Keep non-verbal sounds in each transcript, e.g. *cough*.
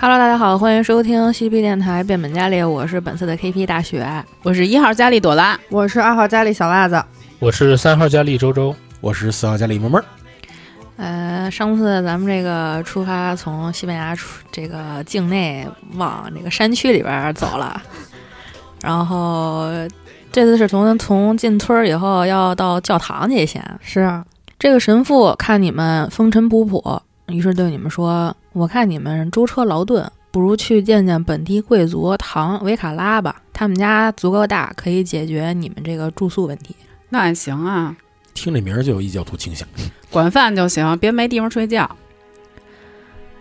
Hello，大家好，欢迎收听西 B 电台变本加厉，我是本次的 KP 大雪。我是一号佳丽朵拉，我是二号家里小辣子，我是三号佳丽周周，我是四号家李萌萌，呃，上次咱们这个出发从西班牙出这个境内往那个山区里边儿走了，然后这次是从从进村儿以后要到教堂去先。是啊，这个神父看你们风尘仆仆，于是对你们说：“我看你们舟车劳顿，不如去见见本地贵族唐维卡拉吧，他们家足够大，可以解决你们这个住宿问题。那也行啊，听这名儿就有异教徒倾向。管饭就行，别没地方睡觉。”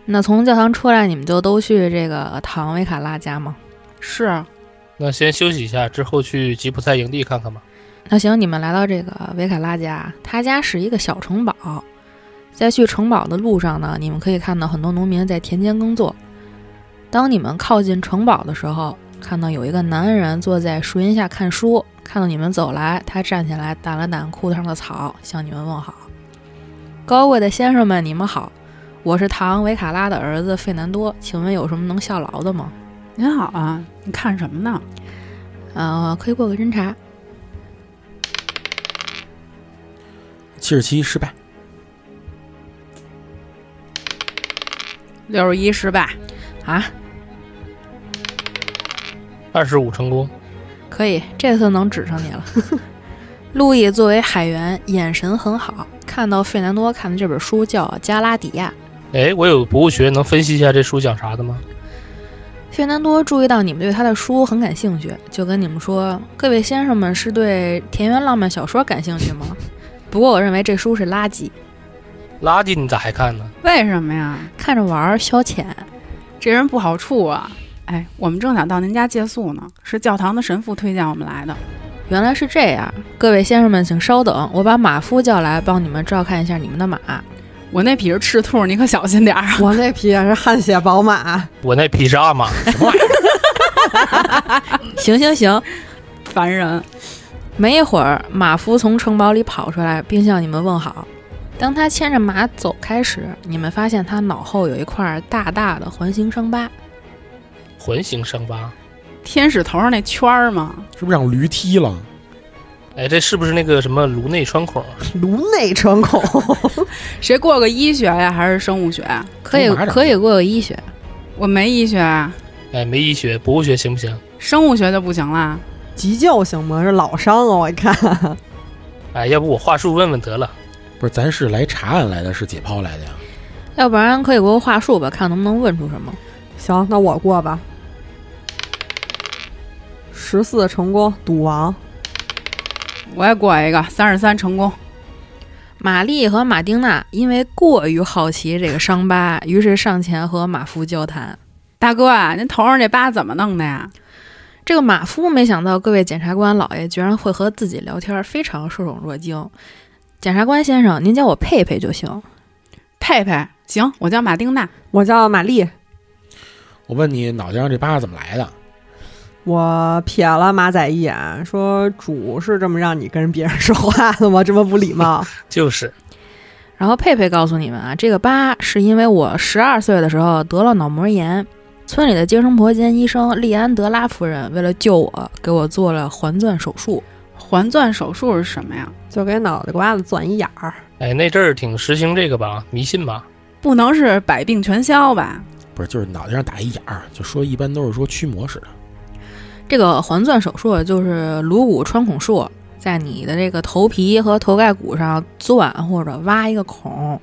那从教堂出来，你们就都去这个唐维卡拉家吗？是，那先休息一下，之后去吉普赛营地看看吧。那行，你们来到这个维卡拉家，他家是一个小城堡。在去城堡的路上呢，你们可以看到很多农民在田间耕作。当你们靠近城堡的时候，看到有一个男人坐在树荫下看书，看到你们走来，他站起来掸了掸裤子上的草，向你们问好：“高贵的先生们，你们好，我是唐维卡拉的儿子费南多，请问有什么能效劳的吗？”您好啊，你看什么呢？呃，可以过个侦查。七十七失败，六十一失败，二十五成功，可以，这次能指上 *laughs* 你了。路易作为海员，眼神很好，看到费南多看的这本书叫《加拉底亚哎，我有不物学，能分析一下这书讲啥的吗？》。费南多注意到你们对他的书很感兴趣，就跟你们说：“各位先生们是对田园浪漫小说感兴趣吗？ *laughs* 不过我认为这书是垃圾，垃圾你咋还看呢？为什么呀？看着玩儿消遣。这人不好处啊。哎，我们正想到您家借宿呢，是教堂的神父推荐我们来的。原来是这样，各位先生们，请稍等，我把马夫叫来帮你们照看一下你们的马。”我那匹是赤兔，你可小心点儿。 *laughs* 啊我那匹也是汗血宝马，我那匹是阿 *laughs* 玛，行行行， *laughs* 烦人，没一会儿，马夫从城堡里跑出来，并向你们问好。当他牵着马走开时，你们发现他脑后有一块大大的环形伤疤。环形伤疤。天使头上那圈儿嘛，是不是让驴踢了？哎，这是不是那个什么颅内穿孔？啊颅内穿孔，谁过个医学呀，还是生物学？可以马掌可以过个医学，我没医学，啊哎，没医学，不物学行不行？生物学就不行啦。 *laughs* 急救行吗？是老伤啊，我一看哎，要不我话术问问得了。不是，咱是来查案来的，是解剖来的呀。要不然可以过个话术吧，看能不能问出什么。行，那我过吧。十四成功，赌王，我也过一个，三十三成功。玛丽和马丁娜因为过于好奇这个伤疤，于是上前和马夫交谈。大哥啊，您头上这疤怎么弄的呀？这个马夫没想到各位检察官老爷居然会和自己聊天，非常受宠若惊。检察官先生，您叫我佩佩就行。佩佩，行，我叫马丁娜。我叫玛丽，我问你，脑袋上这疤怎么来的？我瞥了马仔一眼，说主是这么让你跟别人说话的吗？这 *laughs* 么不礼貌。就是然后佩佩告诉你们啊，这个疤是因为我十二岁的时候得了脑膜炎，村里的接生婆兼医生利安德拉夫人为了救我，给我做了环钻手术。环钻手术是什么呀？就给脑袋瓜子钻一眼儿，哎，那阵儿挺实行这个吧，迷信吧。不能是百病全消吧？不是，就是脑袋上打一眼儿，就说一般都是说驱魔似的。这个环钻手术就是颅骨穿孔术，在你的这个头皮和头盖骨上钻或者挖一个孔，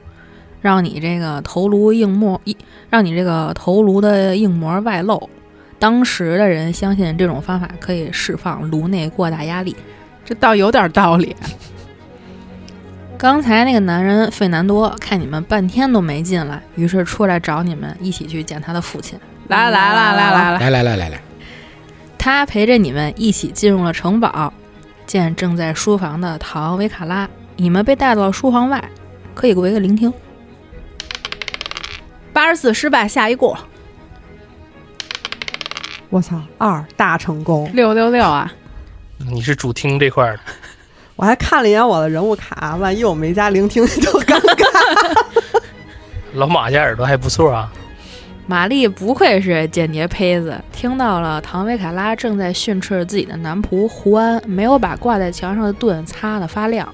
让你这个头颅硬膜一，让你这个头颅的硬膜外露。当时的人相信这种方法可以释放颅内过大压力。这倒有点道理。刚才那个男人费南多看你们半天都没进来，于是出来找你们一起去见他的父亲。来来来来来来，来来来来来，他陪着你们一起进入了城堡，见正在书房的唐维卡拉。你们被带到了书房外，可以过一个聆听。八十四失败，下一过我操，二大成功。六六六啊！你是主听这块儿的，我还看了一眼我的人物卡，万一我没加聆听就尴尬。老马家耳朵还不错啊。玛丽不愧是间谍胚子，听到了唐维卡拉正在训斥自己的男仆胡安没有把挂在墙上的盾擦得发亮，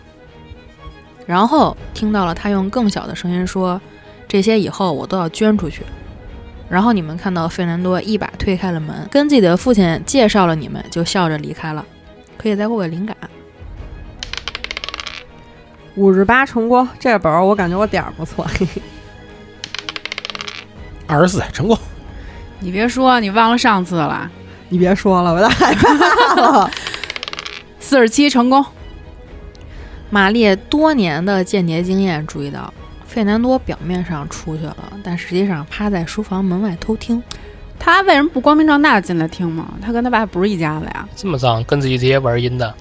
然后听到了他用更小的声音说：“这些以后我都要捐出去。”然后你们看到费南多一把推开了门，跟自己的父亲介绍了你们，就笑着离开了。可以再过个灵感，五十八重锅这本儿我感觉我点儿不错， *laughs* 二十四成功，你别说，你忘了上次了，你别说了，我有点 *laughs* 害怕了。四十七成功，玛丽多年的间谍经验注意到，费南多表面上出去了，但实际上趴在书房门外偷听。他为什么不光明正大的进来听吗？他跟他爸不是一家子呀。这么脏，跟自己爹玩阴的，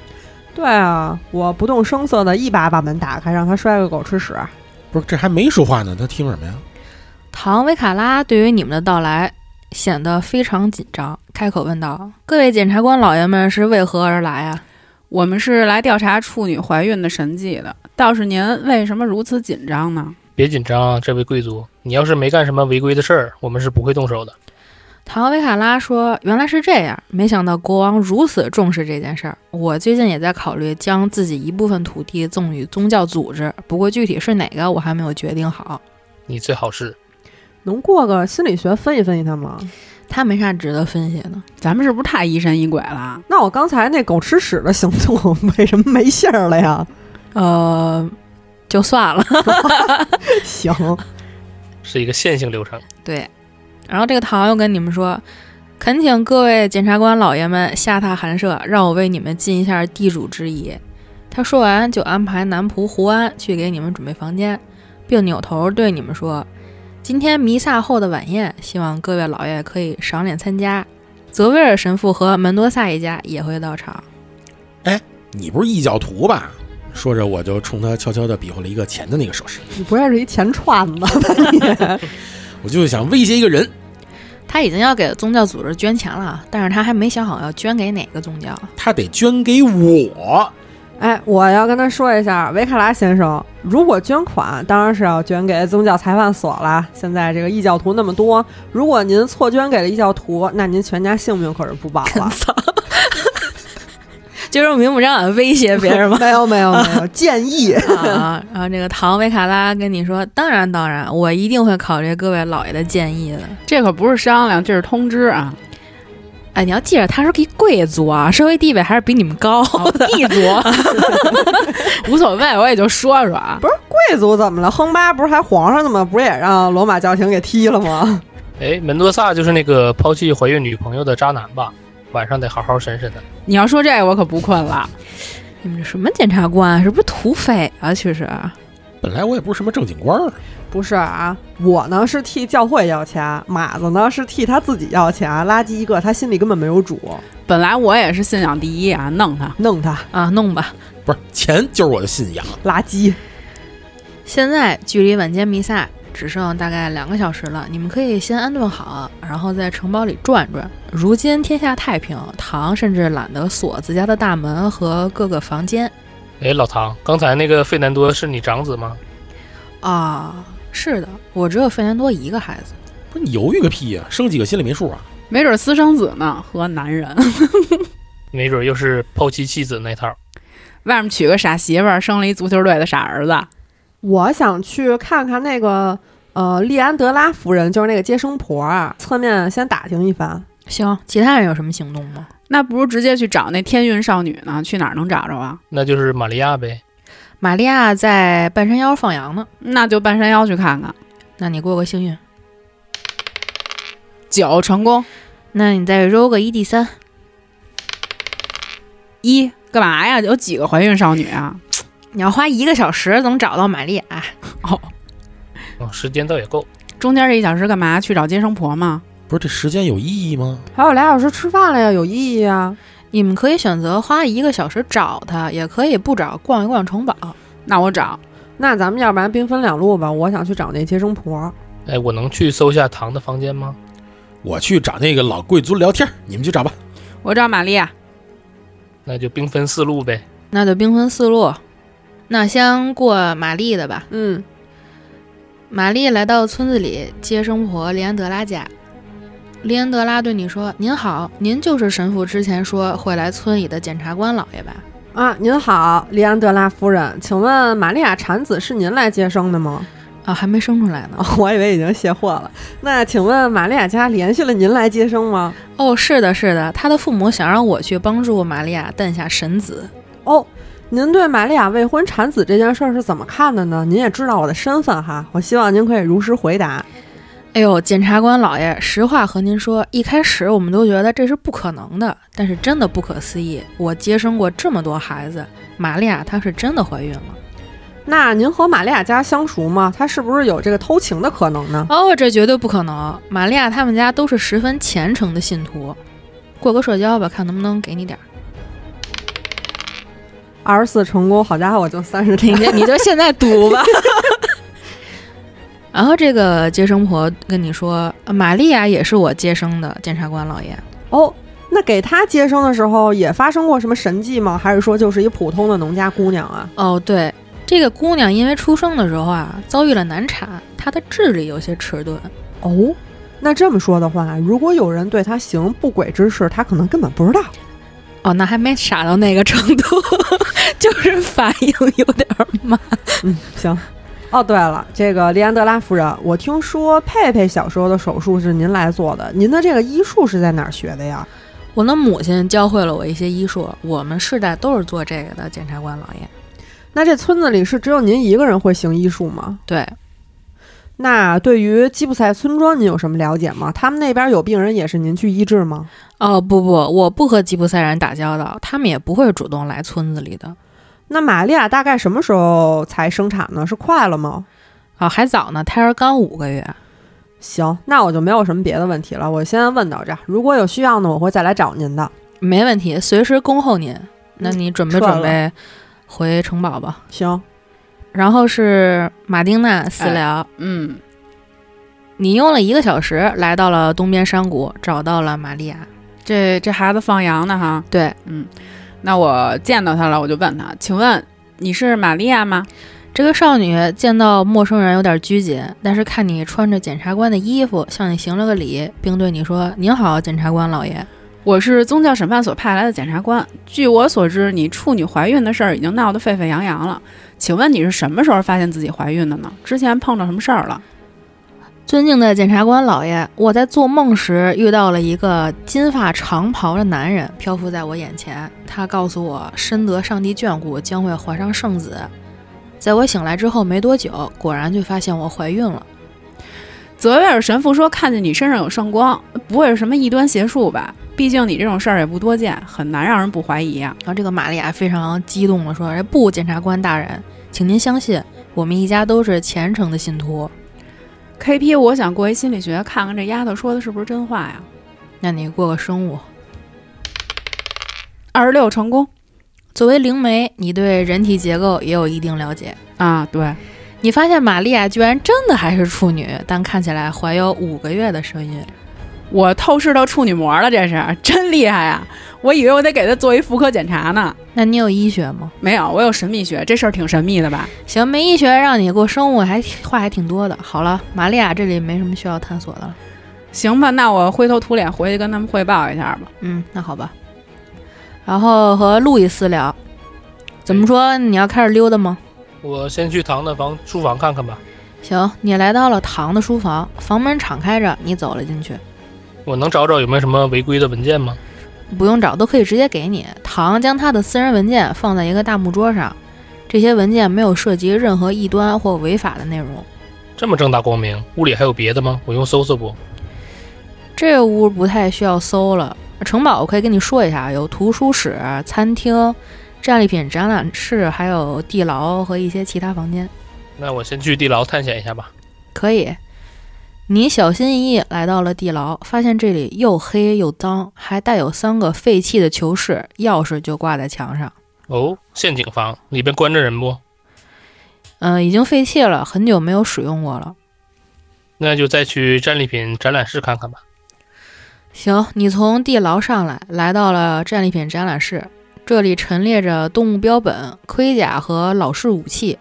对啊，我不动声色的一把把门打开，让他摔个狗吃屎。不是这还没说话呢，他听什么呀？唐维卡拉对于你们的到来显得非常紧张，开口问道：“各位检察官老爷们是为何而来啊我们是来调查处女怀孕的神迹的，倒是您为什么如此紧张呢？别紧张啊，这位贵族，你要是没干什么违规的事儿，我们是不会动手的。？”唐维卡拉说：“原来是这样，没想到国王如此重视这件事儿。我最近也在考虑将自己一部分土地赠与宗教组织，不过具体是哪个我还没有决定好。你最好是能过个心理学分析分析他吗？他没啥值得分析的。咱们是不是太疑神疑鬼了？那我刚才那狗吃屎的行动为什么没信儿了呀？ *laughs* 呃，就算了。”行，是一个线性流程。对，然后这个唐又跟你们说，恳请各位检察官老爷们下榻寒舍，让我为你们尽一下地主之谊。他说完就安排男仆胡安去给你们准备房间，并扭头对你们说：“今天弥撒后的晚宴，希望各位老爷可以赏脸参加。泽维尔神父和门多萨一家也会到场。你不是异教徒吧？说着，我就冲他悄悄地比划了一个钱的那个手势，你不认识一钱串子吧你？我就想威胁一个人。他已经要给宗教组织捐钱了，但是他还没想好要捐给哪个宗教。他得捐给我， *laughs* 哎，我要跟他说一下，维卡拉先生，如果捐款，当然是要捐给宗教裁判所啦。现在这个异教徒那么多，如果您错捐给了异教徒，那您全家性命可是不保啊 *laughs* 了。 *laughs* 就是明目张胆威胁别人吗？ *laughs* 没有没有没有，建议。啊，然后这个唐维卡拉跟你说，当然当然，我一定会考虑各位老爷的建议的。这可不是商量，这是通知啊！哎，你要记着，他是个贵族啊，社会地位还是比你们高 *laughs* 的。地主无所谓，我也就说说啊。贵族怎么了？亨巴不是还皇上呢吗？不是也让罗马教廷给踢了吗？哎，门多萨就是那个抛弃怀孕女朋友的渣男吧？晚上得好好审审他。你要说这个，我可不困了。你们这什么检察官啊，是不是土匪啊？其实，本来我也不是什么正经官儿， *laughs* 不是啊，我呢是替教会要钱，马子呢是替他自己要钱，垃圾一个，他心里根本没有主，本来我也是信仰第一啊，弄他。弄他啊，弄吧。不是钱就是我的信仰。垃圾。现在距离晚间弥撒只剩大概两个小时了，你们可以先安顿好，然后在城堡里转转。如今天下太平，唐甚至懒得锁自家的大门和各个房间哎，老唐，刚才那个费南多是你长子吗？啊。是的，我只有费南多一个孩子。不是你犹豫个屁呀、生几个心里没数啊？没准私生子呢，和男人没准又是抛妻弃子那套。外面娶个傻媳妇儿，生了一足球队的傻儿子。我想去看看那个呃利安德拉夫人，就是那个接生婆啊，侧面先打听一番。行，其他人有什么行动吗？那不如直接去找那天运少女呢？去哪儿能找着啊？那就是玛利亚呗。玛利亚在半山腰放羊呢，那就半山腰去看看。那你过个幸运。九成功那你再揉个一 d 三，一，干嘛呀？有几个怀孕少女啊？你要花一个小时能找到玛利亚。哦，时间倒也够。中间这一小时干嘛？去找接生婆吗？不是这时间有意义吗？还有俩小时吃饭了呀，有意义啊！你们可以选择花一个小时找他，也可以不找，逛一逛城堡。那我找。那咱们要不然兵分两路吧，我想去找那接生婆。哎，我能去搜下唐的房间吗？我去找那个老贵族聊天儿，你们去找吧。我找玛利亚。那就兵分四路呗。那就兵分四路，那先过玛丽的吧。嗯，玛丽来到村子里接生婆利安德拉家，利安德拉对你说：“您好，您就是神父之前说会来村里的检察官老爷吧？啊，您好，利安德拉夫人，请问玛利亚产子是您来接生的吗？啊，还没生出来呢。哦， *laughs* 我以为已经卸货了。那请问玛利亚家联系了您来接生吗？哦，是的，是的，他的父母想让我去帮助玛利亚诞下神子。哦，您对玛利亚未婚产子这件事儿是怎么看的呢？您也知道我的身份哈，我希望您可以如实回答。哎呦，检察官老爷，实话和您说，一开始我们都觉得这是不可能的，但是真的不可思议。我接生过这么多孩子，玛利亚她是真的怀孕了。那您和玛利亚家相熟吗？她是不是有这个偷情的可能呢？哦，这绝对不可能！玛利亚他们家都是十分虔诚的信徒。过个社交吧，看能不能给你点儿。二十四成功，好家伙，我就三十你零。就 *laughs* 你就现在读吧。 *laughs* 然后这个接生婆跟你说，玛利亚也是我接生的，检察官老爷。哦，那给她接生的时候也发生过什么神迹吗？还是说就是一普通的农家姑娘啊？哦，对，这个姑娘因为出生的时候啊，遭遇了难产，她的智力有些迟钝。哦，那这么说的话，如果有人对她行不轨之事，她可能根本不知 *laughs* 道。哦，那还没傻到那个程度， *laughs* 就是反应有点儿慢。嗯，行。哦，对了，这个利安德拉夫人，我听说佩佩小时候的手术是您来做的，您的这个医术是在哪儿学的呀？我的母亲教会了我一些医术，我们世代都是做这个的，检察官老爷。那这村子里是只有您一个人会行医术吗？对，那对于吉普赛村庄，您有什么了解吗？他们那边有病人也是您去医治吗？哦不不，我不和吉普赛人打交道，他们也不会主动来村子里的。那玛利亚大概什么时候才生产呢？是快了吗？哦，还早呢，胎儿刚五个月。行，那我就没有什么别的问题了，我先问到这儿。如果有需要呢，我会再来找您的。没问题，随时恭候您。那你准备撤了准备回城堡吧。行，然后是马丁娜私聊，嗯，你用了一个小时来到了东边山谷，找到了玛利亚。这这孩子放羊呢哈，对，那我见到他了，我就问他，请问你是玛利亚吗？这个少女见到陌生人有点拘谨，但是看你穿着检察官的衣服，向你行了个礼，并对你说：“您好，检察官老爷。我是宗教审判所派来的检察官。据我所知，你处女怀孕的事儿已经闹得沸沸扬扬了。请问你是什么时候发现自己怀孕的呢？之前碰到什么事儿了？”尊敬的检察官老爷，我在做梦时遇到了一个金发长袍的男人漂浮在我眼前。他告诉我，深得上帝眷顾，将会怀上圣子。在我醒来之后没多久，果然就发现我怀孕了。泽维尔神父说看见你身上有圣光，不会是什么异端邪术吧？毕竟你这种事儿也不多见，很难让人不怀疑啊。然后这个玛利亚非常激动地说：“哎，不，检察官大人，请您相信，我们一家都是虔诚的信徒。 KP，我想过一心理学，看看这丫头说的是不是真话呀。那你过个生物。二十六成功作为灵媒，你对人体结构也有一定了解。啊，对，你发现玛利亚居然真的还是处女，但看起来怀有五个月的身孕。我透视到处女膜了，这是真厉害啊！我以为我得给她做一妇科检查呢，那你有医学吗？没有，我有神秘学，这事儿挺神秘的吧？行，没医学让你过生物还话还挺多的。好了，玛利亚这里没什么需要探索的了。行吧，那我灰头土脸回去跟他们汇报一下吧。嗯，那好吧。然后和路易私聊，怎么说？你要开始溜达吗？我先去唐的房书房看看吧。行，你来到了唐的书房，房门敞开着，你走了进去，我能找找有没有什么违规的文件吗？不用找，都可以直接给你。唐将他的私人文件放在一个大木桌上，这些文件没有涉及任何异端或违法的内容。这么正大光明，屋里还有别的吗？我用搜搜不？这屋不太需要搜了。城堡我可以跟你说一下，有图书室、餐厅、战利品展览室，还有地牢和一些其他房间。那我先去地牢探险一下吧。可以。你小心翼翼来到了地牢，发现这里又黑又脏，还带有三个废弃的囚室，钥匙就挂在墙上。哦，陷阱房里边关着人不？嗯、已经废弃了，很久没有使用过了。那就再去战利品展览室看看吧。行，你从地牢上来，来到了战利品展览室，这里陈列着动物标本、盔甲和老式武器，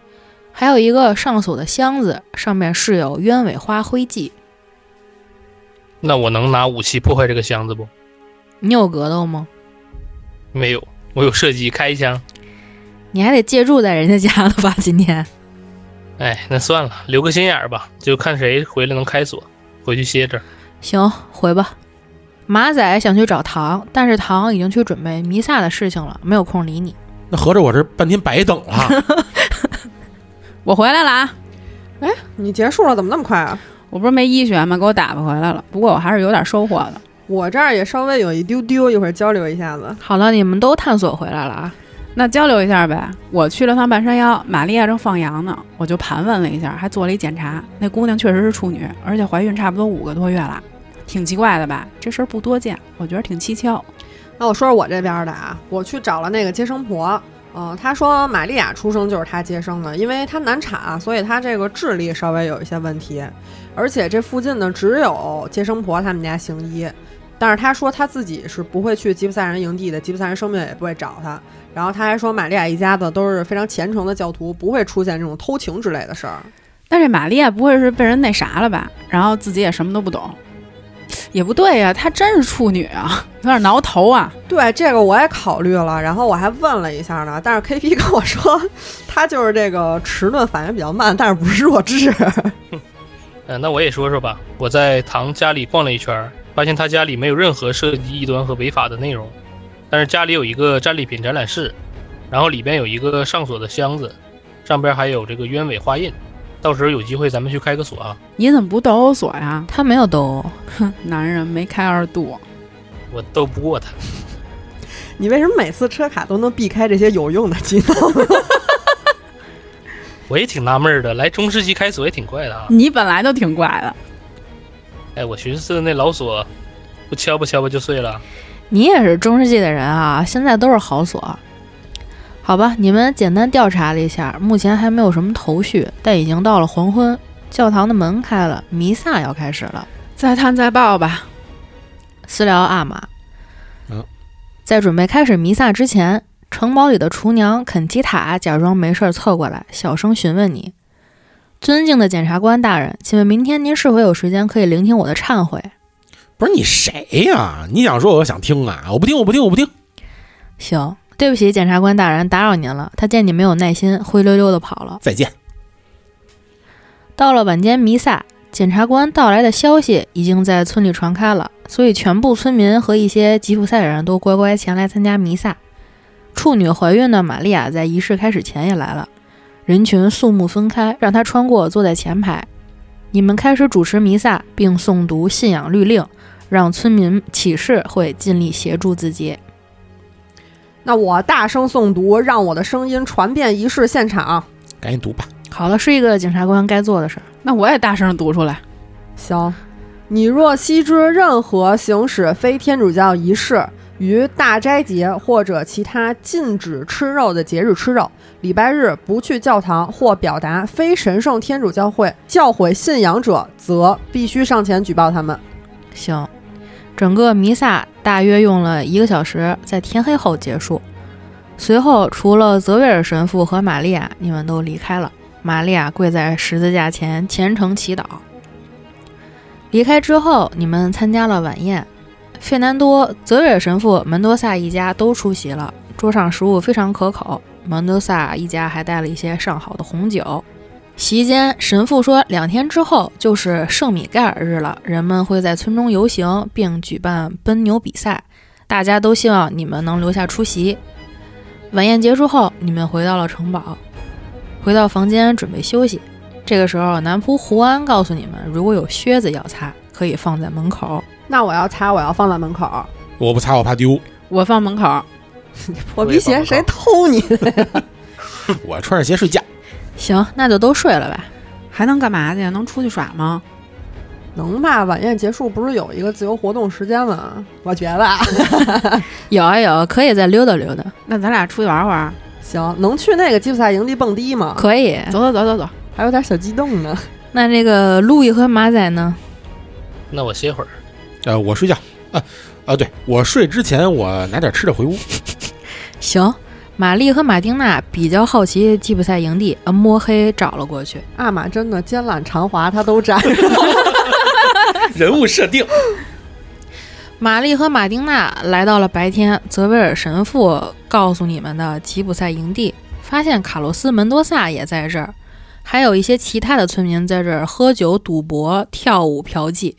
还有一个上锁的箱子，上面是有鸢尾花灰记。那我能拿武器破坏这个箱子不？你有格斗吗？没有，我有射击，开一枪。你还得借住在人家家了吧？今天哎，那算了，留个心眼儿吧，就看谁回来能开锁，回去歇着。行，回吧。马仔想去找唐，但是唐已经去准备弥撒的事情了，没有空理你。那合着我这半天白等 *laughs* 了。我回来了啊！你结束了怎么那么快啊？我不是没医学吗？给我打发回来了。不过我还是有点收获的。我这儿也稍微有一丢丢，一会儿交流一下子。好了，你们都探索回来了啊。那交流一下呗。我去了趟半山腰，玛利亚正放羊呢，我就盘问了一下，还做了一检查。那姑娘确实是处女，而且怀孕差不多五个多月了，挺奇怪的吧？这事儿不多见，我觉得挺蹊跷。那我说说我这边的啊，我去找了那个接生婆，嗯、她说玛利亚出生就是她接生的，因为她难产，啊所以她这个智力稍微有一些问题，而且这附近呢只有接生婆他们家行医，但是她说她自己是不会去吉普赛人营地的，吉普赛人生病也不会找她。然后她还说玛利亚一家子都是非常虔诚的教徒，不会出现这种偷情之类的事儿。但这玛利啊亚不会是被人那啥了吧？然后自己也什么都不懂，也不对呀、她真是处女啊，有点挠头啊。对这个我也考虑了，然后我还问了一下呢，但是 KP 跟我说，他就是这个迟钝，反应比较慢，但是不是弱智。 *laughs* 嗯、那我也说说吧。我在唐家里逛了一圈儿，发现他家里没有任何涉及异端和违法的内容，但是家里有一个战利品展览室，然后里边有一个上锁的箱子，上边还有这个鸢尾花印。到时候有机会咱们去开个锁啊！你怎么不抖抖锁呀？他没有兜，男人没开二度，我斗不过他，你为什么每次车卡都能避开这些有用的技能？ *laughs* 我也挺纳闷儿的。来中世纪开锁也挺快的啊！你本来就挺怪的。哎，我寻思那老锁不敲吧敲吧就碎了。你也是中世纪的人啊，现在都是好锁。好吧，你们简单调查了一下，目前还没有什么头绪，但已经到了黄昏，教堂的门开了，弥撒要开始了。再探再报吧。私聊阿玛。嗯在准备开始弥撒之前，城堡里的厨娘肯提塔假装没事儿凑过来，小声询问你：“尊敬的检察官大人，请问明天您是否有时间可以聆听我的忏悔不是你谁呀、你想说我想听啊？我不听，我不听，我不听。？”行，对不起，检察官大人，打扰您了。他见你没有耐心，灰溜溜的跑了。再见。到了晚间弥撒，检察官到来的消息已经在村里传开了，所以全部村民和一些吉普赛人都乖乖前来参加弥撒。处女怀孕的玛利亚在仪式开始前也来了，人群肃穆分开，让她穿过坐在前排。你们开始主持弥撒，并诵读信仰律令，让村民起誓会尽力协助自己。那我大声诵读，让我的声音传遍仪式现场。赶紧读吧。好了，是一个检察官该做的事儿。那我也大声读出来。行，你若悉知任何行使非天主教仪式，于大斋节或者其他禁止吃肉的节日吃肉，礼拜日不去教堂或表达非神圣天主教会教诲信仰者，则必须上前举报他们。行，整个弥撒大约用了一个小时，在天黑后结束。随后，除了泽维尔神父和玛利亚，你们都离开了。玛利亚跪在十字架前虔诚祈祷。离开之后，你们参加了晚宴，费南多、泽维尔神父、门多萨一家都出席了。桌上食物非常可口，门多萨一家还带了一些上好的红酒。席间，神父说，两天之后就是圣米盖尔日了，人们会在村中游行，并举办奔牛比赛，大家都希望你们能留下出席。晚宴结束后，你们回到了城堡，回到房间准备休息。这个时候，男仆胡安告诉你们，如果有靴子要擦，可以放在门口。那我要擦，我要放在门口。我不擦，我怕 *laughs* 丢。我放门口，破皮鞋谁偷你 *laughs* 的？我穿上鞋睡觉。行，那就都睡了吧。还能干嘛去？能出去耍吗？能吧？晚宴结束不是有一个自由活动时间吗？我觉得啊有啊有啊，可以再溜达溜达，那咱俩出去玩会儿，行，能去那个吉普赛营地蹦迪吗？可以。走走走走走。还有点小激动呢。那这个路易和马仔呢？那我歇会儿。呃，我睡觉。啊啊，对我睡之前我拿点吃的回屋。行，玛丽和马丁娜比较好奇吉普赛营地，呃，摸黑找了过去。 *laughs* 阿玛真的尖懒长滑，他都占。 *laughs* 人物设定，玛丽和马丁娜来到了白天泽维尔神父告诉你们的吉普赛营地，发现卡洛斯·门多萨也在这儿，还有一些其他的村民在这儿喝酒、赌博、跳舞、嫖妓。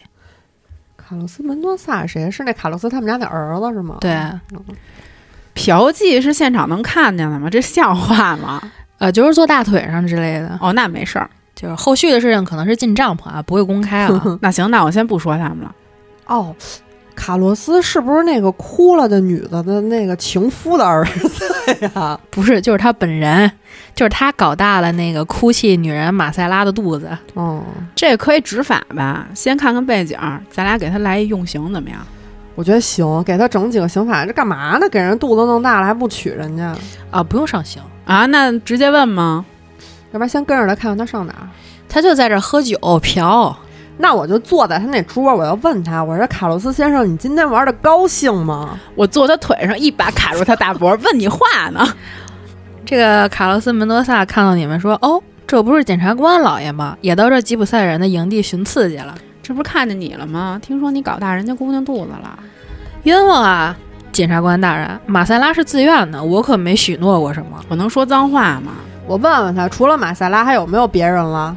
卡洛斯·门多萨谁是那卡洛斯他们家那儿子是吗？对，嫖妓是现场能看见的吗？这像话吗？呃，就是坐大腿上之类的。哦，那没事儿，就是后续的事情可能是进帐篷啊，不会公开 *laughs* 啊。那行，那我先不说他们了。哦，卡洛斯是不是那个哭了的女的的那个情夫的儿子呀？ *laughs* 不是，就是他本人，就是他搞大了那个哭泣女人马塞拉的肚子。哦，这可以执法吧？先看看背景，咱俩给他来一用刑怎么样？我觉得行，给他整几个刑法，这干嘛呢？给人肚子弄大了还不娶人家？啊，不用上刑，啊，那直接问吗？要不然先跟着他看看他上哪儿。他就在这儿喝酒嫖。那我就坐在他那桌，我要问他，我说卡洛斯先生，你今天玩的高兴吗？我坐他腿上，一把卡住他大脖，问你话呢？ *laughs* 这个卡洛斯·门多萨看到你们说：“哦，这不是检察官老爷吗？也到这吉普赛人的营地寻刺去了，这不是看见你了吗？听说你搞大人家姑娘肚子了，冤枉啊！”检察官大人，马塞拉是自愿的，我可没许诺过什么。我能说脏话吗？我问问他，除了马塞拉还有没有别人了？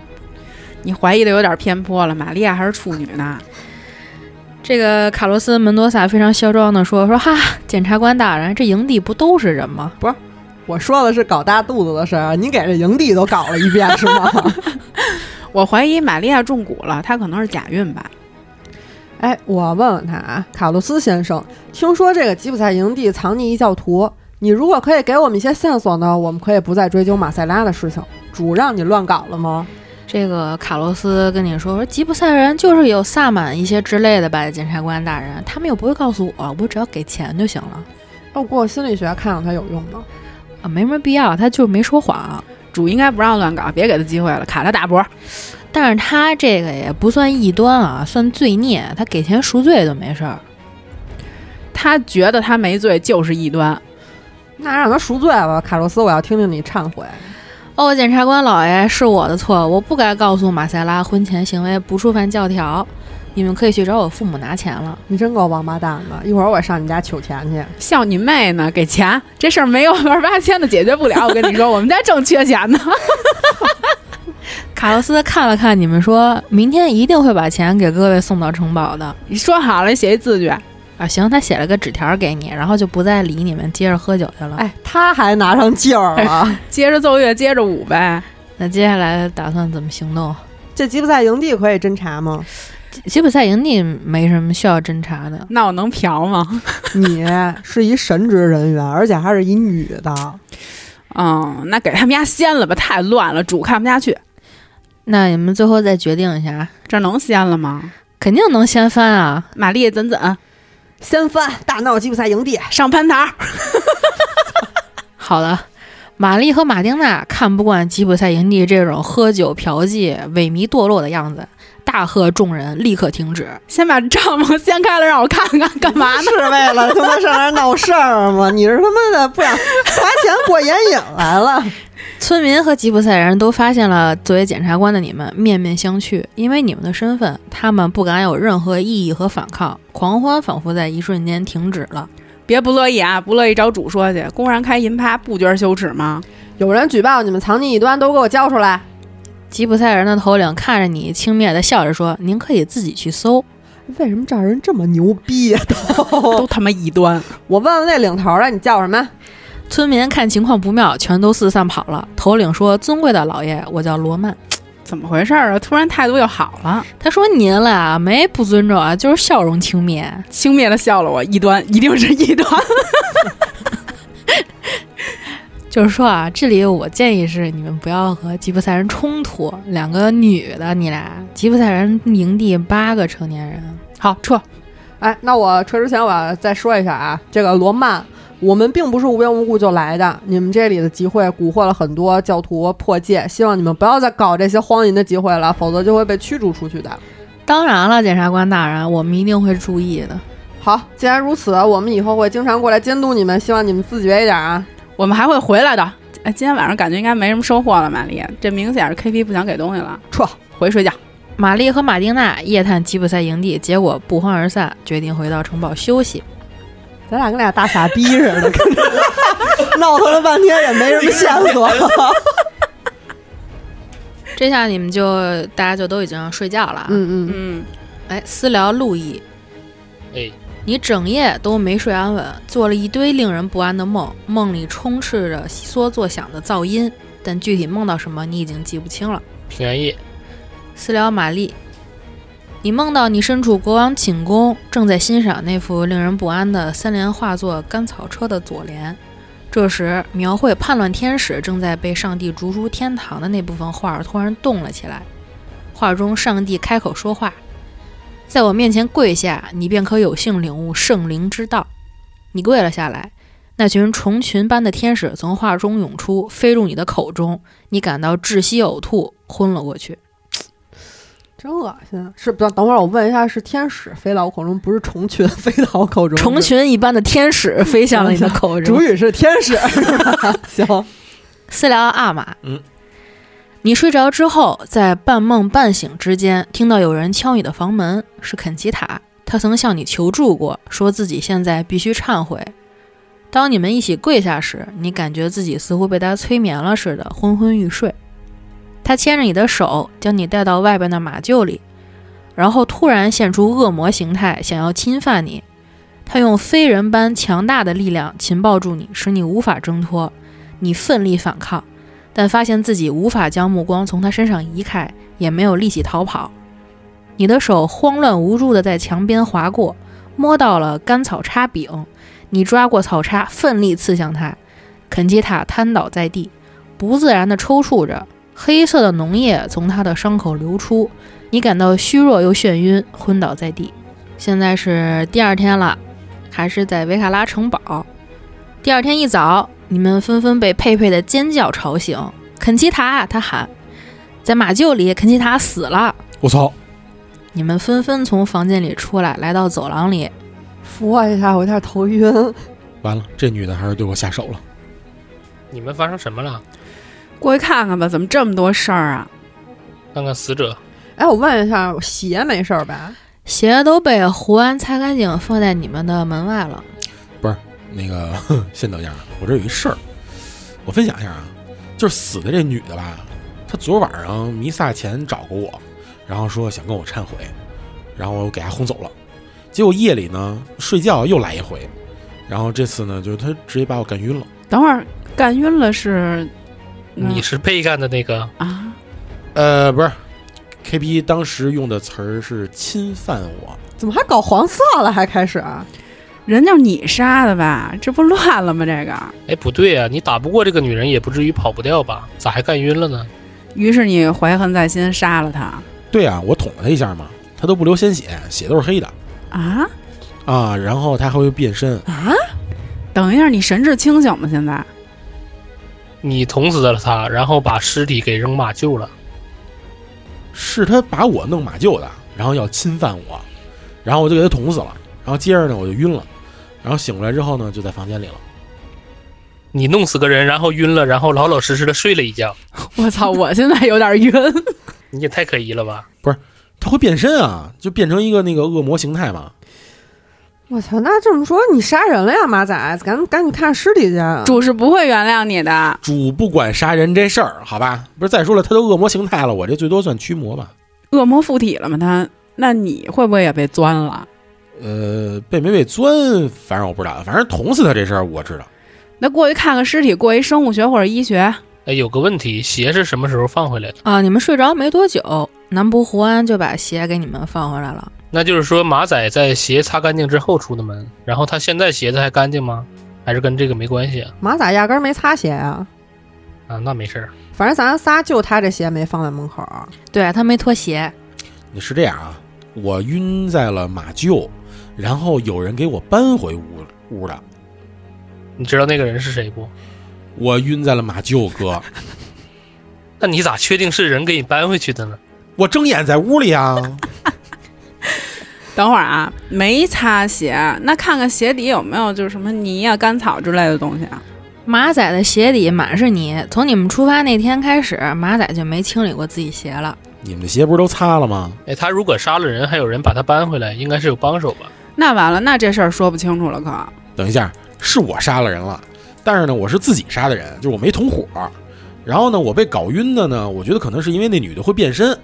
你怀疑的有点偏颇了，玛利亚还是处女呢。这个卡洛斯·门多萨非常嚣张地说：“说哈，检察官大人，这营地不都是人吗？我说的是搞大肚子的事儿，你给这营地都搞了一遍是吗？我怀疑玛利亚中蛊了，她可能是假孕吧？哎，我问问他啊，卡洛斯先生，听说这个吉普赛营地藏匿异教徒，你如果可以给我们一些线索呢，我们可以不再追究马塞拉的事情。主让你乱搞了吗？这个卡洛斯跟你说说，吉普赛人就是有萨满一些之类的吧，检察官大人，他们又不会告诉我，我只要给钱就行了哦，给我心理学看看他有用吗？啊，没什么必要。他就没说谎，主应该不让乱搞，别给她机会了，卡她大脖。但是他这个也不算异端啊，算罪孽，他给钱赎罪就没事儿。她觉得她没罪就是异端，那让他赎罪吧，卡洛斯，我要听听你忏悔。哦，检察官老爷，是我的错，我不该告诉马塞拉婚前行为不触犯教条，你们可以去找我父母拿钱了。你真够王八蛋的！一会儿我上你家取钱去。笑你妹呢！给钱这事儿没有万八千的解决不了，我跟你说，我们家正缺钱呢。卡洛斯看了看你们说，明天一定会把钱给各位送到城堡的你说好了，你写一字据，啊。行，他写了个纸条给你，然后就不再理你们，接着喝酒去了。哎，他还拿上劲儿啊 *laughs* 了。接着奏乐，接着舞呗。那接下来打算怎么行动？这吉普赛营地可以侦查吗？吉吉普赛营地没什么需要侦查的，那我能嫖吗？你是一神职人员，而且还是一女 *laughs* 的。嗯，那给他们家掀了吧，太乱了，主看不下去。那你们最后再决定一下，这能掀了吗？肯定能掀翻啊！玛丽怎怎掀翻大闹吉普赛营地，上蟠桃？好的，玛丽和马丁娜看不惯吉普赛营地这种喝酒嫖妓、萎靡堕落的样子，大喝众人立刻停止。先把帐篷掀开了，让我看看干嘛呢？ *laughs* 是为了他妈上那儿闹事儿吗？你是他妈的不想花钱过眼瘾来了？村民和吉普赛人都发现了作为检察官的你们面面相觑，因为你们的身份，他们不敢有任何异议和反抗。狂欢仿佛在一瞬间停止了。别不乐意啊，不乐意找主说去。公然开银趴，不觉得羞耻吗？有人举报你们藏匿异端，都给我交出来！吉普赛人的头领看着你，轻蔑地笑着说：“您可以自己去搜。为什么这儿人这么牛逼呀、都都他妈异端。 *laughs* 我问问那领头的，你叫什么？”村民看情况不妙，全都四散跑了。头领说：“尊贵的老爷，我叫罗曼。怎么回事儿啊？突然态度又好了，”他说：“您了啊，没不尊重啊，就是笑容轻蔑。轻蔑的笑了我，异端一定是异端。 *laughs* 就是说啊，这里我建议是你们不要和吉普赛人冲突。两个女的，你俩吉普赛人营地八个成年人，好，撤。哎，那我撤之前我要再说一下啊，这个罗曼，我们并不是无缘无故就来的。你们这里的集会蛊惑了很多教徒破戒，希望你们不要再搞这些荒淫的集会了，否则就会被驱逐出去的。当然了，检察官大人，我们一定会注意的。好，既然如此，我们以后会经常过来监督你们，希望你们自觉一点啊。我们还会回来的。哎，今天晚上感觉应该没什么收获了，玛丽，这明显是 KP 不想给东西了，撤，回睡觉。玛丽和马丁娜夜探吉普赛营地，结果不欢而散，决定回到城堡休息。咱俩跟俩大傻逼似的，跟这闹腾了半天也没什么线 *laughs* 索。这下你们就大家就都已经睡觉了啊。嗯嗯，嗯，哎，私聊路易，哎，你整夜都没睡安稳，做了一堆令人不安的梦，梦里充斥着悉嗦作响的噪音，但具体梦到什么你已经记不清了。平安夜，私聊玛丽，你梦到你身处国王寝宫，正在欣赏那幅令人不安的三联画作《甘草车》的左联。这时，描绘叛乱天使正在被上帝逐出天堂的那部分画儿突然动了起来。画中上帝开口说话：“在我面前跪下，你便可有幸领悟圣灵之道。”你跪了下来，那群虫群般的天使从画中涌出，飞入你的口中，你感到窒息呕吐，昏了过去。真恶心。啊是等等会儿我问一下，是天使飞到我口中，不是虫群飞到我口中？虫群一般的天使飞向了你的口 *laughs* 主中。语是天使，是吧行。私聊阿玛，嗯，你睡着之后，在半梦半醒之间，听到有人敲你的房门，是肯奇塔，他曾向你求助过，说自己现在必须忏悔。当你们一起跪下时，你感觉自己似乎被他催眠了似的，昏昏欲睡。他牵着你的手，将你带到外边的马厩里，然后突然现出恶魔形态，想要侵犯你。他用非人般强大的力量擒抱住你，使你无法挣脱。你奋力反抗，但发现自己无法将目光从他身上移开，也没有力气逃跑。你的手慌乱无助地在墙边划过，摸到了干草叉柄。你抓过草叉，奋力刺向他。肯基塔瘫倒在地，不自然地抽搐着，黑色的脓液从他的伤口流出。你感到虚弱又眩晕，昏倒在地。现在是第二天了，还是在维卡拉城堡。第二天一早，你们纷纷被佩佩的尖叫吵醒。肯基塔，他喊，在马厩里，肯基塔死了。我操！你们纷纷从房间里出来，来到走廊里。扶我一下，我有点头晕。完了，这女的还是对我下手了。你们发生什么了？过去看看吧，怎么这么多事儿啊？看看死者，哎，我问一下，鞋没事儿吧？鞋都被胡安擦干净，放在你们的门外了。那个， *laughs* 哼先等一下，啊，我这有一事儿，我分享一下啊，就是死的这女的吧，她昨晚上弥撒前找过我，然后说想跟我忏悔，然后我给她轰走了，结果夜里呢睡觉又来一回，然后这次呢就是她直接把我干晕了，等会儿干晕了是，嗯你是被干的那个，啊？呃，不是，K P 当时用的词儿是侵犯我，怎么还搞黄色了？还开始？啊人就是你杀的吧？这不乱了吗？这个，哎，不对啊，你打不过这个女人，也不至于跑不掉吧？咋还干晕了呢？于是你怀恨在心，杀了他对啊，我捅了她一下嘛，她都不流鲜血，血都是黑的啊？啊，然后她还会变身，等一下，你神志清醒吗？现在你捅死了她，然后把尸体给扔马厩了。是他把我弄马厩的，然后要侵犯我，然后我就给他捅死了。然后接着呢，我就晕了，然后醒过来之后呢，就在房间里了。你弄死个人，然后晕了，然后老老实实的睡了一觉，我操，我现在有点晕。你也太可疑了吧？他会变身啊，就变成一个那个恶魔形态嘛。我操！那这么说，你杀人了呀，马仔？赶赶紧看尸体去。啊主是不会原谅你的。主不管杀人这事儿，好吧？不是，再说了，他都恶魔形态了，我这最多算驱魔吧。恶魔附体了吗？他？那你会不会也被钻了？呃，被没被钻，反正我不知道，反正捅死他这事儿我知道。那过去看看尸体，过一生物学或者医学。哎，有个问题，鞋是什么时候放回来的？啊，你们睡着没多久，南部胡安就把鞋给你们放回来了。那就是说，马仔在鞋擦干净之后出的门，然后他现在鞋子还干净吗？还是跟这个没关系啊？马仔压根儿没擦鞋啊，啊，那没事儿。反正咱仨就他这鞋没放在门口。对啊他没脱鞋，你是这样啊，我晕在了马厩，然后有人给我搬回屋屋的，你知道那个人是谁不？我晕在了马厩哥。那你咋确定是人给你搬回去的呢？我睁眼在屋里啊，等会儿啊，没擦鞋，那看看鞋底有没有就是什么泥啊、干草之类的东西啊？马仔的鞋底满是泥，从你们出发那天开始，马仔就没清理过自己鞋了。你们的鞋不是都擦了吗？哎，他如果杀了人，还有人把他搬回来，应该是有帮手吧？那完了，那这事儿说不清楚了可，等一下，是我杀了人了，但是呢，我是自己杀的人，就是我没同伙。然后呢，我被搞晕的呢，我觉得可能是因为那女的会变身。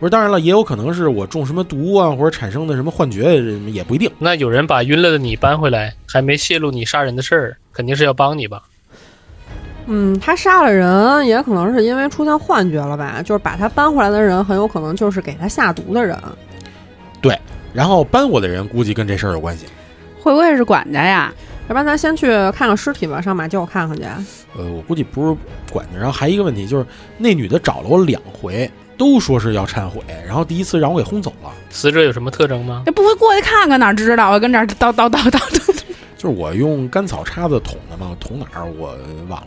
不是，当然了，也有可能是我中什么毒啊，或者产生的什么幻觉，也不一定。那有人把晕了的你搬回来，还没泄露你杀人的事儿，肯定是要帮你吧？嗯，他杀了人，也可能是因为出现幻觉了吧？就是把他搬回来的人，很有可能就是给他下毒的人。然后搬我的人估计跟这事儿有关系。会不会是管家呀？要不然咱先去看看尸体吧，上马厩看看去。呃，我估计不是管家。然后还一个问题就是，那女的找了我两回，都说是要忏悔，然后第一次让我给轰走了。死者有什么特征吗？那不会过去看看哪知道啊？跟这儿叨叨叨叨叨。 *laughs* 就是我用干草叉子捅的嘛，捅哪儿我忘了。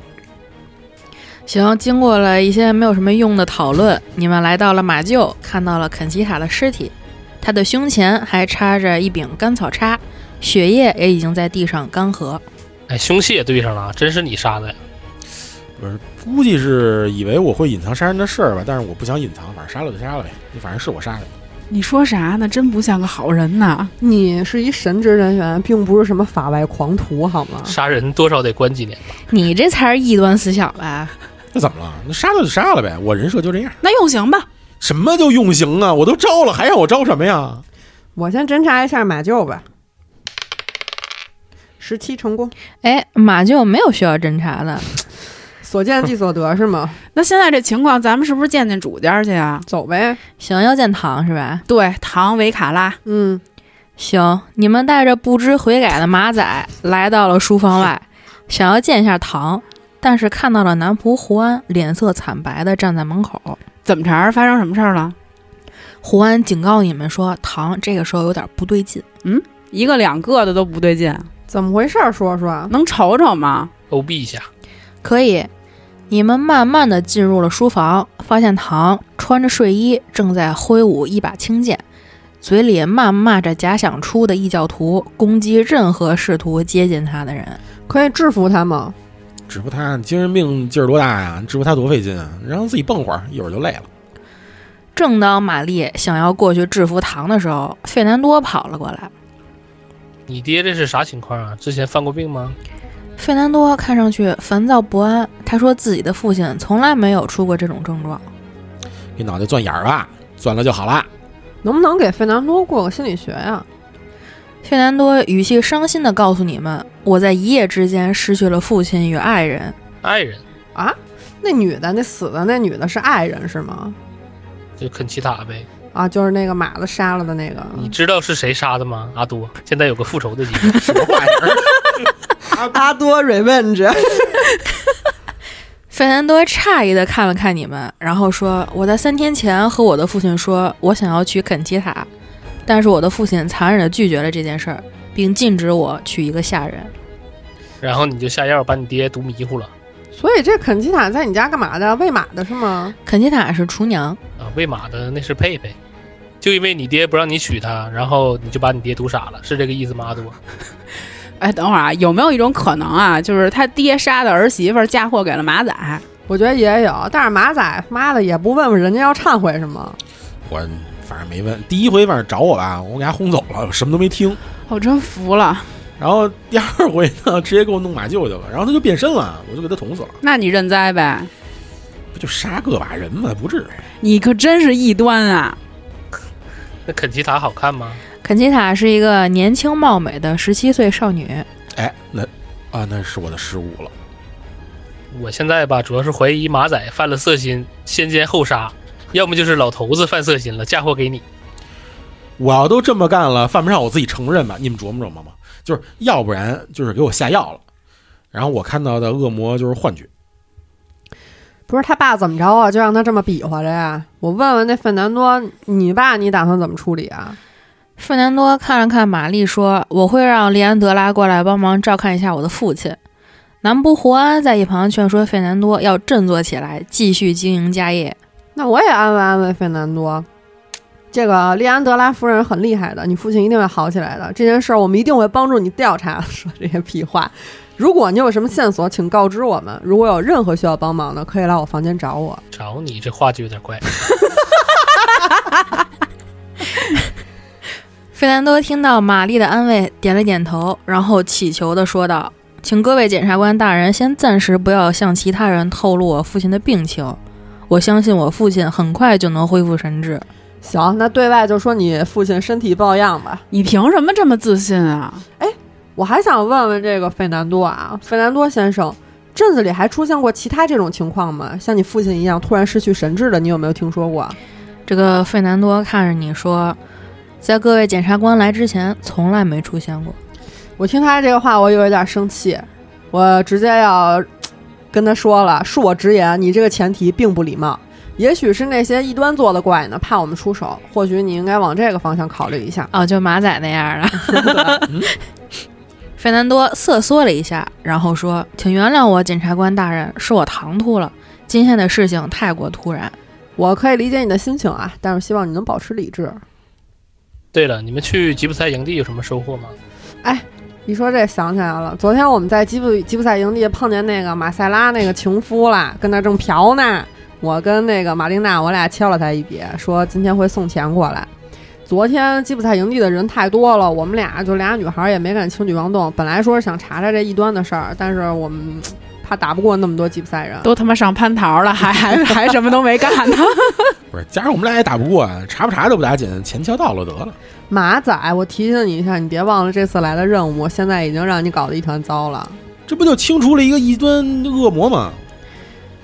行，经过了一些没有什么用的讨论，你们来到了马厩，看到了肯奇塔的尸体，他的胸前还插着一柄干草叉，血液也已经在地上干涸。哎，凶器也对上了，真是你杀的呀！不是，估计是以为我会隐藏杀人的事儿吧，但是我不想隐藏，反正杀了就杀了呗，反正是我杀的。你说啥呢？真不像个好人呐！你是一神职人员，并不是什么法外狂徒，好吗？杀人多少得关几年吧？你这才是异端死小吧？那怎么了？那杀了就杀了呗，我人设就这样。那用刑吧。什么就用刑啊？我都招了，还让我招什么呀？我先侦查一下马厩吧。十七成功，哎，马厩没有需要侦查的，所见即所得是吗？那现在这情况，咱们是不是见见主家去啊？走呗。行，要见堂是吧？对，唐维卡拉，嗯，行，你们带着不知悔改的马仔来到了书房外，想要见一下堂，但是看到了男仆胡安脸色惨白的站在门口。怎么茬儿？发生什么事儿了？胡安警告你们说，唐这个时候有点不对劲。一个两个的都不对劲，怎么回事儿？说说。能瞅瞅吗？欧避一下，可以，你们慢慢的进入了书房，发现唐穿着睡衣，正在挥舞一把青剑，嘴里谩骂着假想出的异教徒，攻击任何试图接近他的人。可以制服他吗？只不过他精神病劲儿多大呀？只不过他多费劲啊！让自己蹦会儿，一会儿就累了。正当玛丽想要过去制服唐的时候，费南多跑了过来。你爹这是啥情况啊？之前犯过病吗？费南多看上去烦躁不安，他说自己的父亲从来没有出过这种症状。给脑袋钻眼儿吧，钻了就好啦。能不能给费南多过个心理学呀、费南多语气伤心地告诉你们：“我在一夜之间失去了父亲与爱人。爱人，啊？那女的，那死的那女的是爱人是吗？就肯奇塔呗。啊，就是那个马子杀了的那个。你知道是谁杀的吗？阿多，现在有个复仇的机 *laughs* 会。什么玩意儿？阿多 revenge，” 费南多诧异地看了看你们，然后说：“我在三天前和我的父亲说，我想要娶肯奇塔，但是我的父亲残忍地拒绝了这件事儿，并禁止我娶一个下人。然后你就下药把你爹毒迷糊了 *laughs* 所以这肯基塔在你家干嘛的？喂马的是吗？肯奇塔是厨娘。”啊！喂马的那是佩佩，就因为你爹不让你娶她，然后你就把你爹毒傻了，是这个意思吗？阿多，哎，等会儿啊，有没有一种可能啊，就是他爹杀的儿媳妇儿嫁祸给了马仔？我觉得也有，但是马仔妈的也不问问人家要忏悔什么。我反正没问。第一回反正找我吧，我给他轰走了，我什么都没听。我真服了，然后第二回呢，直接给我弄马厩去了，然后他就变身了，我就给他捅死了。那你认栽呗，不就杀个把人吗？不至于。你可真是异端啊！那肯奇塔好看吗？肯奇塔是一个年轻貌美的十七岁少女，哎，那啊，那是我的失误了。我现在吧，主要是怀疑马仔犯了色心，先奸后杀，要么就是老头子犯色心了，嫁祸给你。我要都这么干了，犯不上我自己承认吧？你们琢磨琢磨吧，就是要不然就是给我下药了，然后我看到的恶魔就是幻觉。 *laughs* 不是他爸怎么着啊？就让他这么比划着呀？我问问那费南多，你爸你打算怎么处理啊？费南多看了看玛丽，说：“我会让利安德拉过来帮忙照看一下我的父亲。”南部胡安在一旁劝说费南多要振作起来，继续经营家业。那我也安慰安慰费南多。这个利安德拉夫人很厉害的，你父亲一定会好起来的。这件事儿我们一定会帮助你调查。说这些屁话，如果你有什么线索，请告知我们。如果有任何需要帮忙的，可以来我房间找我。找你这话就有点怪。费南多听到玛丽的安慰，点了点头，然后乞求的说道：“请各位检察官大人先暂时不要向其他人透露我父亲的病情，我相信我父亲很快就能恢复神智。行，那对外就说你父亲身体啊抱恙吧。你凭什么这么自信啊？我还想问问这个费南多啊，费南多先生，镇子里还出现过其他这种情况吗？像你父亲一样突然失去神智的，你有没有听说过？”这个费南多看着你说：“在各位检察官来之前，从来没出现过。。我听他这个话，我有一点生气，我直接要跟他说了，恕我直言，你这个前提并不礼貌。也许是那些异端做的怪呢，怕我们出手，或许你应该往这个方向考虑一下哦，就马仔那样 *laughs* 的。对费南多瑟缩了一下，然后说：“请原谅我，检察官大人，是我唐突了。今天的事情太过突然。我可以理解你的心情啊，但是希望你能保持理智。对了，你们去吉普赛营地有什么收获吗？一说这想起来了，昨天我们在吉普吉普赛营地碰见那个马塞拉那个情夫啦，跟那正嫖呢。我跟那个马琳娜，我俩敲了他一笔，说今天会送钱过来。昨天吉普赛营地的人太多了，我们俩就俩女孩也没敢轻举妄动。本来说是想查查这异端的事儿，但是我们嗯怕打不过那么多吉普赛人。 *laughs* 都他妈上蟠桃了，还 *laughs* 还还什么都没干呢？不是，加上我们俩也打不过啊，查不查都不打紧，钱交到了得了。马仔，我提醒你一下，你别忘了这次来的任务，现在已经让你搞得一团糟了。这不就清除了一个异端恶魔吗？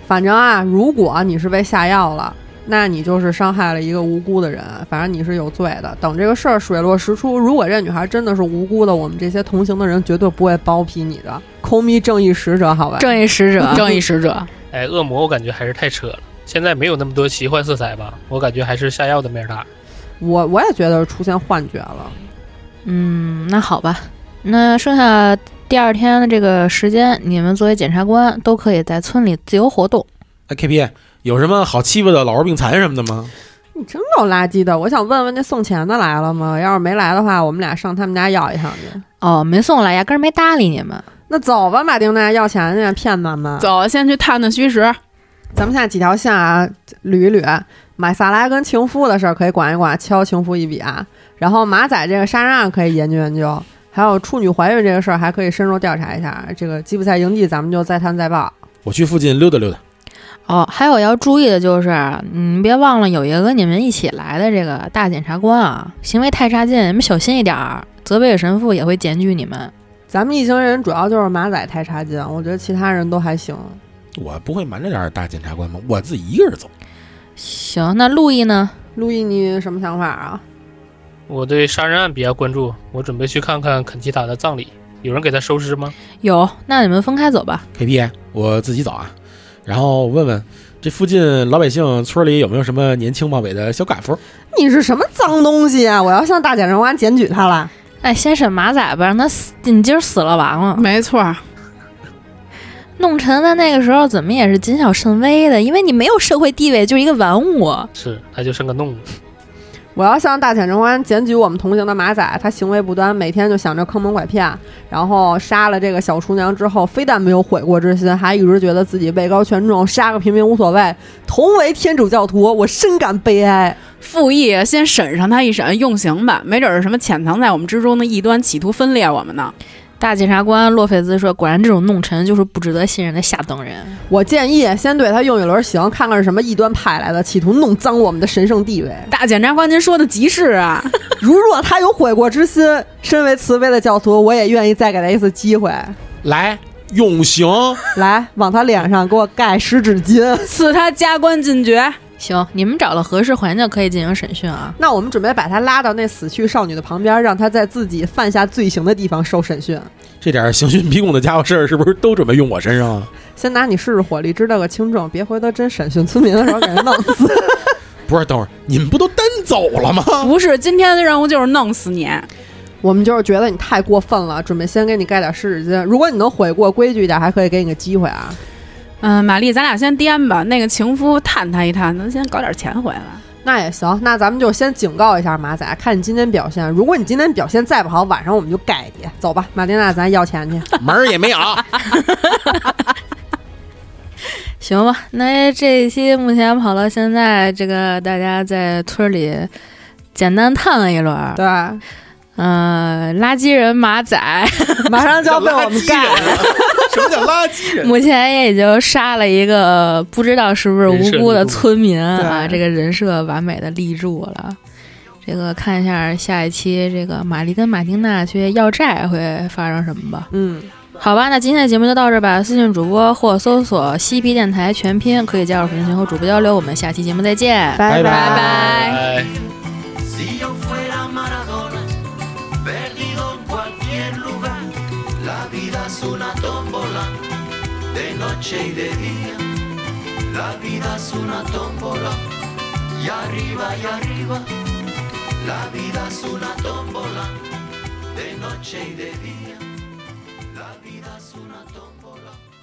反正啊，如果你是被下药了，那你就是伤害了一个无辜的人，反正你是有罪的。等这个事儿水落石出，如果这女孩真的是无辜的，我们这些同行的人绝对不会包庇你的。抠咪正义使者，好吧？正义使者， *laughs* 正义使者，哎，恶魔我感觉还是太扯了，现在没有那么多奇幻色彩吧？我感觉还是下药的面儿大。我我也觉得是出现幻觉了。嗯，那好吧，那剩下第二天的这个时间，你们作为检察官都可以在村里自由活动。哎，K P 有什么好欺负的老弱病残什么的吗？你真够垃圾的！我想问问那送钱的来了吗？要是没来的话，我们俩上他们家要一趟去。哦，没送来，压根儿没搭理你们。那走吧，马丁娜，要钱去，骗咱 *laughs* 们。走，先去探探虚实。咱们下几条线啊，捋一捋。买萨拉跟情夫的事儿可以管一管，敲情夫一笔啊。然后马仔这个杀人案可以研究研究，还有处女怀孕这个事儿还可以深入调查一下。这个吉普赛营地咱们就再探再报。我去附近溜达溜达。哦，还有要注意的就是，嗯，别忘了有一个跟你们一起来的这个大检察官啊，行为太差劲，你们小心一点儿。泽贝尔神父也会检举你们。咱们一行人主要就是马仔太差劲，我觉得其他人都还行。我不会瞒着点儿大检察官吗？我自己一个人走。行，那路易呢？路易，你什么想法啊？我对杀人案比较关注，我准备去看看肯奇塔的葬礼，有人给他收尸吗？有，那你们分开走吧。 K P，我自己走啊。然后问问这附近老百姓村里有没有什么年轻貌美的小寡妇？你是什么脏东西啊！我要向大检察官检举他了。哎，先审马仔吧，让他死，你今儿死了完了。没错，弄臣在那个时候怎么也是谨小慎微的，因为你没有社会地位，就是一个玩物。是，他就剩个弄。我要向大检察官检举我们同行的马仔，他行为不端，每天就想着坑蒙拐骗，然后杀了这个小厨娘之后，非但没有悔过之心，还一直觉得自己位高权重，杀个平民无所谓。同为天主教徒，我深感悲哀。复议先审上他一审，用刑吧，没准是什么潜藏在我们之中的异端，企图分裂我们呢。大检察官洛佩兹说：“果然，这种弄臣就是不值得信任的下等人。我建议先对他用一轮刑，看看是什么异端派来的，企图弄脏我们的神圣地位。大检察官，您说的极是 *laughs* 啊！如若他有悔过之心，身为慈悲的教徒，我也愿意再给他一次机会。来，永行。来，往他脸上给我盖湿纸巾。赐他加官进爵。”行，你们找了合适环境可以进行审讯啊。那我们准备把他拉到那死去少女的旁边，让他在自己犯下罪行的地方受审讯。这点刑讯逼供的家伙事儿，是不是都准备用我身上啊？先拿你试试火力，知道个轻重，别回头真审讯村民的时候给人弄死。不是，等会儿你们不都单走了吗？不是，今天的任务就是弄死你。 *laughs* 我们就是觉得你太过分了，准备先给你盖点湿纸巾。如果你能悔过规矩一点，还可以给你个机会啊。嗯，玛丽，咱俩先颠吧。那个情夫探他一探，咱先搞点钱回来。那也行，那咱们就先警告一下马仔，看你今天表现。如果你今天表现再不好，晚上我们就盖你。走吧，马丁娜，咱要 *laughs* 钱去。 *laughs* 门儿也没有。啊行吧，那这一期目前跑到现在，这个大家在村里简单探了一轮儿，对，嗯、垃圾人马仔马上就要被我们盖叫垃圾人了。 *laughs* 什么叫垃圾人？目前也已经杀了一个不知道是不是无辜的村民啊，人设立住这个人设完美的立住了。这个看一下下一期这个玛丽跟马丁娜去要债会发生什么吧。嗯，好吧，那今天的节目就到这儿吧。私信主播或搜索“西皮电台全拼”，可以加入粉丝群和主播交流。我们下期节目再见，拜拜拜哎。 Si yo fuera Maradona, perdido en cualquier lugar, la vida es una tómbola, de noche y de día. La vida es una tómbola, y arriba y arriba. La vida es una tómbola, de noche y de día. La vida es una tómbola,